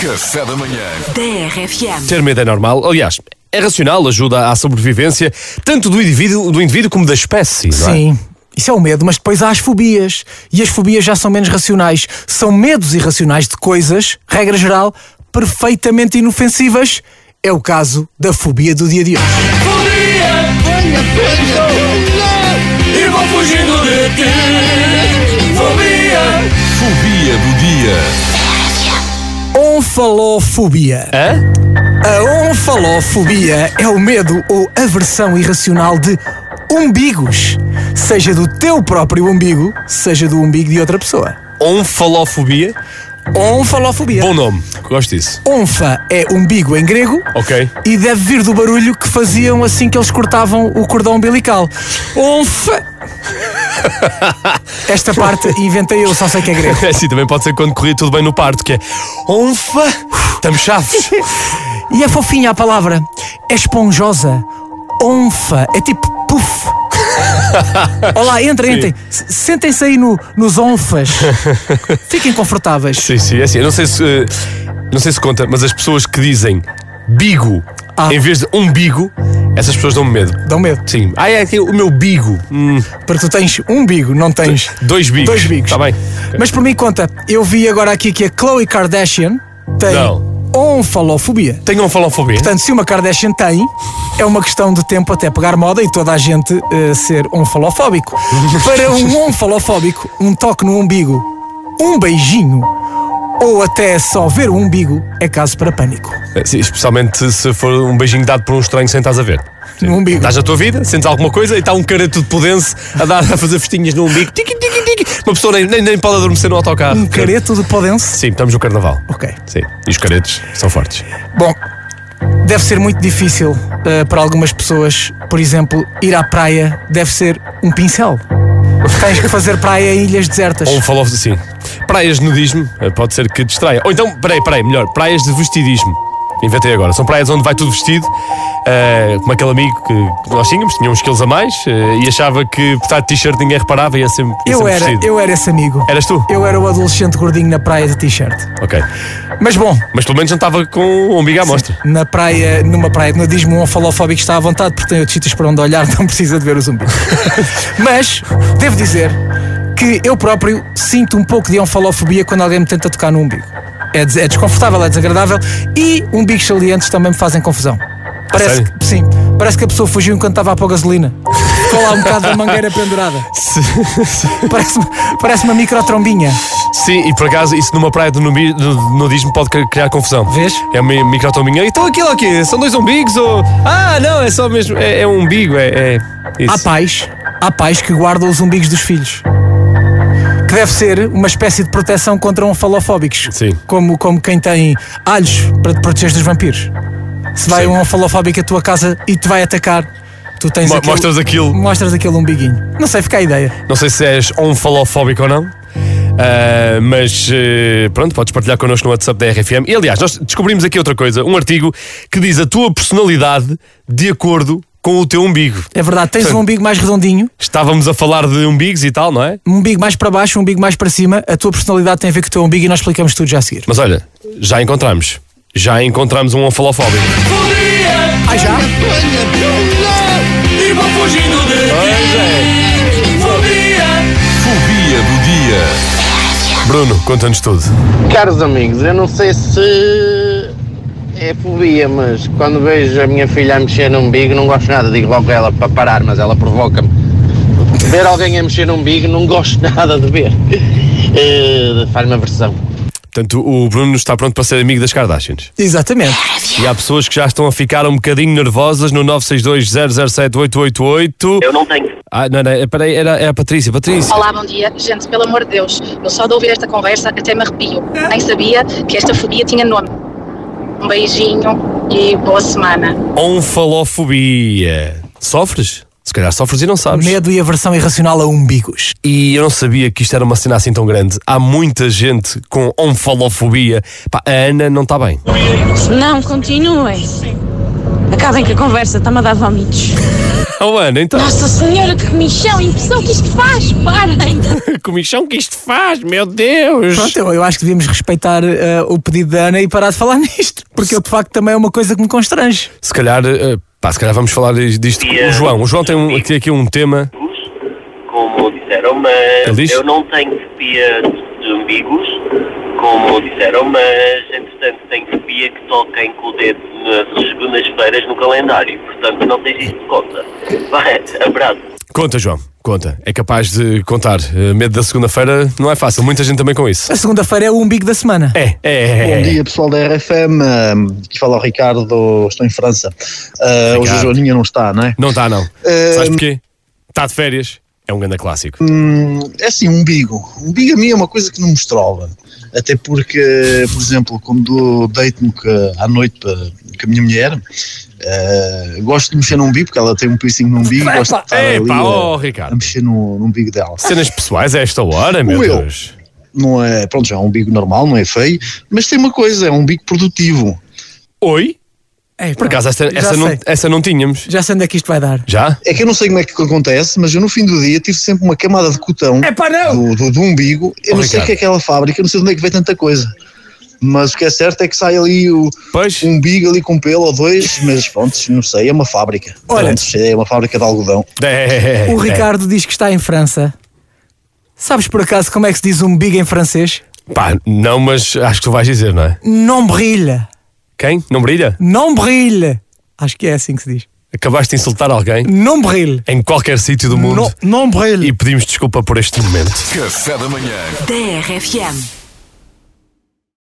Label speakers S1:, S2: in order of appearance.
S1: Café da manhã.
S2: TRFM.
S3: Ter medo é normal. Aliás, é racional, ajuda à sobrevivência tanto do indivíduo, do indivíduo como da espécie. não é?
S4: Sim. Isso é o medo, mas depois há as fobias. E as fobias já são menos racionais. São medos irracionais de coisas, regra geral, perfeitamente inofensivas. É o caso da fobia do dia de hoje.
S1: Fobia do dia.
S4: Onfalofobia.
S3: Hã?
S4: A onfalofobia é o medo ou aversão irracional de umbigos. Seja do teu próprio umbigo, seja do umbigo de outra pessoa.
S3: Onfalofobia.
S4: Onfalofobia.
S3: Bom nome. Gosto disso.
S4: Onfa é umbigo em grego
S3: Ok.
S4: e deve vir do barulho que faziam assim que eles cortavam o cordão umbilical. Onfa! Esta parte inventei eu, só sei que é grego.
S3: É, Sim, também pode ser quando corria tudo bem no parto, que é onfa. Estamos chaves.
S4: E é fofinha a palavra. É esponjosa. Onfa. É tipo puff. Olá, entrem, entrem. S- Sentem-se aí no- nos onfas. Fiquem confortáveis.
S3: Sim, sim, é assim. Eu não sei se, eh, não sei se conta, mas as pessoas que dizem bigo
S4: Ah.
S3: em vez de umbigo, essas pessoas dão-me medo.
S4: Dão medo.
S3: Sim. Ah, é aqui o meu bigo. Hum,
S4: Porque tu tens um umbigo, não tens.
S3: dois bigos.
S4: Dois bigos.
S3: Está bem.
S4: Mas por mim conta, eu vi agora aqui que a Khloe Kardashian tem
S3: Não.
S4: onfalofobia.
S3: Tenham falofobia.
S4: Portanto, se uma Kardashian tem, é uma questão de tempo até pegar moda e toda a gente eh, ser onfalofóbico. Para um onfalofóbico, um toque no umbigo, um beijinho ou até só ver o umbigo é caso para pânico.
S3: Eh, sim, especialmente se for um beijinho dado por um estranho sem estás a ver. Sim.
S4: No umbigo.
S3: Estás na tua vida, sentes alguma coisa e está um cara tudo pudense a, dar, a fazer festinhas no umbigo. Tiqui, tiqui, tiqui. Uma pessoa nem, nem, nem pode adormecer no autocarro.
S4: Um careto de podense?
S3: Sim, estamos no carnaval.
S4: Ok.
S3: Sim. E os caretos são fortes.
S4: Bom, deve ser muito difícil eh, para algumas pessoas, por exemplo, ir à praia deve ser um pincel. Tens que fazer praia em ilhas desertas.
S3: Ou um falou assim. Praias de nudismo, eh, pode ser que distraia. Ou então, peraí, peraí, melhor, praias de vestidismo. Inventei agora. São praias onde vai tudo vestido, eh, como aquele amigo que nós tínhamos, tinha uns quilos a mais eh, e achava que por estar de t-shirt ninguém reparava e ia sempre, ia
S4: Eu
S3: sempre
S4: era,
S3: vestido.
S4: eu era esse amigo.
S3: Eras tu?
S4: Eu era o adolescente gordinho na praia de t-shirt.
S3: Ok.
S4: Mas bom,
S3: Mas pelo menos não estava com o umbigo à mostra.
S4: na praia, numa praia de nudismo, um falofóbico está à vontade porque tem outros sítios para onde olhar, não precisa de ver o zumbi. Mas, devo dizer que eu próprio sinto um pouco de onfalofobia quando alguém me tenta tocar no umbigo. É, des- é desconfortável, é desagradável e umbigos salientes também me fazem confusão. Parece
S3: sério?
S4: que, sim, parece que a pessoa fugiu enquanto estava a pôr gasolina. Ficou lá um bocado da mangueira pendurada. Parece-me parece uma microtrombinha.
S3: Sim, e por acaso isso numa praia de numi- de nudismo pode cri- criar confusão.
S4: Vês?
S3: É uma microtominha. Então aquilo aqui, são dois umbigos ou. Ah, não, é só mesmo. É, é um umbigo, é. é
S4: Há
S3: isso.
S4: pais, há pais que guardam os umbigos dos filhos. Que deve ser uma espécie de proteção contra onfalofóbicos.
S3: Sim.
S4: Como, como quem tem alhos para te proteger dos vampiros. Se vai
S3: Sim.
S4: um onfalofóbico à tua casa e te vai atacar, tu tens
S3: Mo-
S4: aquele,
S3: Mostras aquilo.
S4: mostras aquele umbiguinho. Não sei, fica a ideia.
S3: Não sei se és onfalofóbico ou não. ah, mas eh, pronto, podes partilhar connosco no WhatsApp da RFM. E aliás, nós descobrimos aqui outra coisa: um artigo que diz a tua personalidade de acordo com o teu umbigo.
S4: É verdade, tens
S3: Sim.
S4: um umbigo mais redondinho,
S3: Estávamos a falar de umbigos e tal, não é?
S4: um umbigo mais para baixo, um umbigo mais para cima. A tua personalidade tem a ver com o teu umbigo e nós explicamos tudo já a seguir.
S3: Mas olha, já encontramos. Já encontramos um onfalofóbico.
S4: Ah, já?
S1: Fobia do dia.
S3: Bruno, conta-nos tudo.
S5: Caros amigos, eu não sei se é fobia, mas quando vejo a minha filha a mexer no umbigo, não gosto nada. Digo logo a ela para parar, mas ela provoca-me. Ver alguém a mexer no umbigo, não gosto nada de ver. Eh, Faz-me aversão.
S3: Portanto, o Bruno está pronto para ser amigo das Kardashians.
S4: Exatamente.
S3: E há pessoas que já estão a ficar um bocadinho nervosas no 962-007-888.
S6: Eu não tenho.
S3: Ah, não, não, peraí, era, era a Patrícia. Patrícia.
S7: Olá, bom dia. Gente, pelo amor de Deus, eu só de ouvir esta conversa até me arrepio. Nem sabia que esta fobia tinha nome. Um beijinho e boa semana.
S3: Onfalofobia. Sofres? Se calhar sofres e não sabes.
S4: Medo e aversão irracional a umbigos.
S3: E eu não sabia que isto era uma cena assim tão grande. Há muita gente com tá onfalofobia. Pá, a Ana não está bem.
S8: Não, continuem.
S2: Acabem com a conversa, está-me a dar vómitos.
S3: Oh, Ana, então.
S2: Nossa Senhora, que comichão, impressão que isto faz, parem!
S3: Que comichão que isto faz, meu Deus!
S4: Pronto, eu, eu acho que devíamos respeitar eh, o pedido da Ana e parar de falar nisto, porque eu, de facto também é uma coisa que me constrange.
S3: Se calhar, eh, pá, se calhar vamos falar dis- disto com o João. O João tem um- aqui, aqui um tema.
S6: como disseram,
S3: Ele diz?
S6: mas eu não tenho fobia de umbigos, como disseram, mas entretanto tenho fobia que toquem com o dedo nas segundas-feiras no calendário, portanto não tens isso de conta. Vai, abraço.
S3: Conta, João, conta. É capaz de contar. Eh, medo da segunda-feira não é fácil. Muita gente também com isso.
S4: A segunda-feira é o umbigo da semana.
S3: É, é, é.
S8: Bom
S3: é.
S8: dia pessoal da RFM, Ah, aqui fala o Ricardo, estou em França. Ah, hoje a
S3: Ricardo.
S8: Joaninha não está, não é?
S3: Não está, não.
S8: Eh,
S3: Sabes porquê? Está de férias. É um grande clássico.
S8: É assim, um umbigo. Um umbigo a mim é uma coisa que não me estrola. Até porque, por exemplo, quando deito-me ca- à noite pa- com a minha mulher, ah, gosto de mexer no umbigo, porque ela tem um piercing no umbigo,
S4: Epa,
S8: gosto de estar ali
S3: epa,
S8: a,
S3: oh, Ricardo.
S8: a mexer no, no umbigo dela.
S3: Cenas pessoais a esta hora, meu
S8: O eu.
S3: Deus.
S8: Não é, pronto, já é um umbigo normal, não é feio, mas tem uma coisa, é um umbigo produtivo.
S3: Oi?
S4: É,
S3: Por acaso, essa,
S4: já
S3: essa, não,
S4: sei.
S3: essa não tínhamos.
S4: Já sei onde é que isto vai dar.
S3: Já?
S8: É que eu não sei como é que acontece, mas eu no fim do dia tiro sempre uma camada de cotão
S4: Epá, não!
S8: do, do, do umbigo. Eu
S3: Oh,
S8: não sei
S3: É Ricardo.
S8: o que é aquela fábrica, eu não sei de onde é que vem tanta coisa. Mas o que é certo é que sai ali o
S3: Pois?
S8: um umbigo ali com um pelo ou dois, mas pronto, não sei, é uma fábrica.
S4: Olha.
S8: Pronto, é uma fábrica de algodão.
S3: É, é, é,
S4: O
S3: é.
S4: Ricardo diz que está em França. Sabes por acaso como é que se diz umbigo em francês?
S3: Pá, não, mas acho que tu vais dizer, não é?
S4: Non brille.
S3: Quem? Não brilha?
S4: Non brille. Acho que é assim que se diz.
S3: Acabaste de insultar alguém
S4: Non brille.
S3: em qualquer sítio do mundo
S4: Non, non brille.
S3: e pedimos desculpa por este momento.
S1: Café da manhã.
S9: DRFM.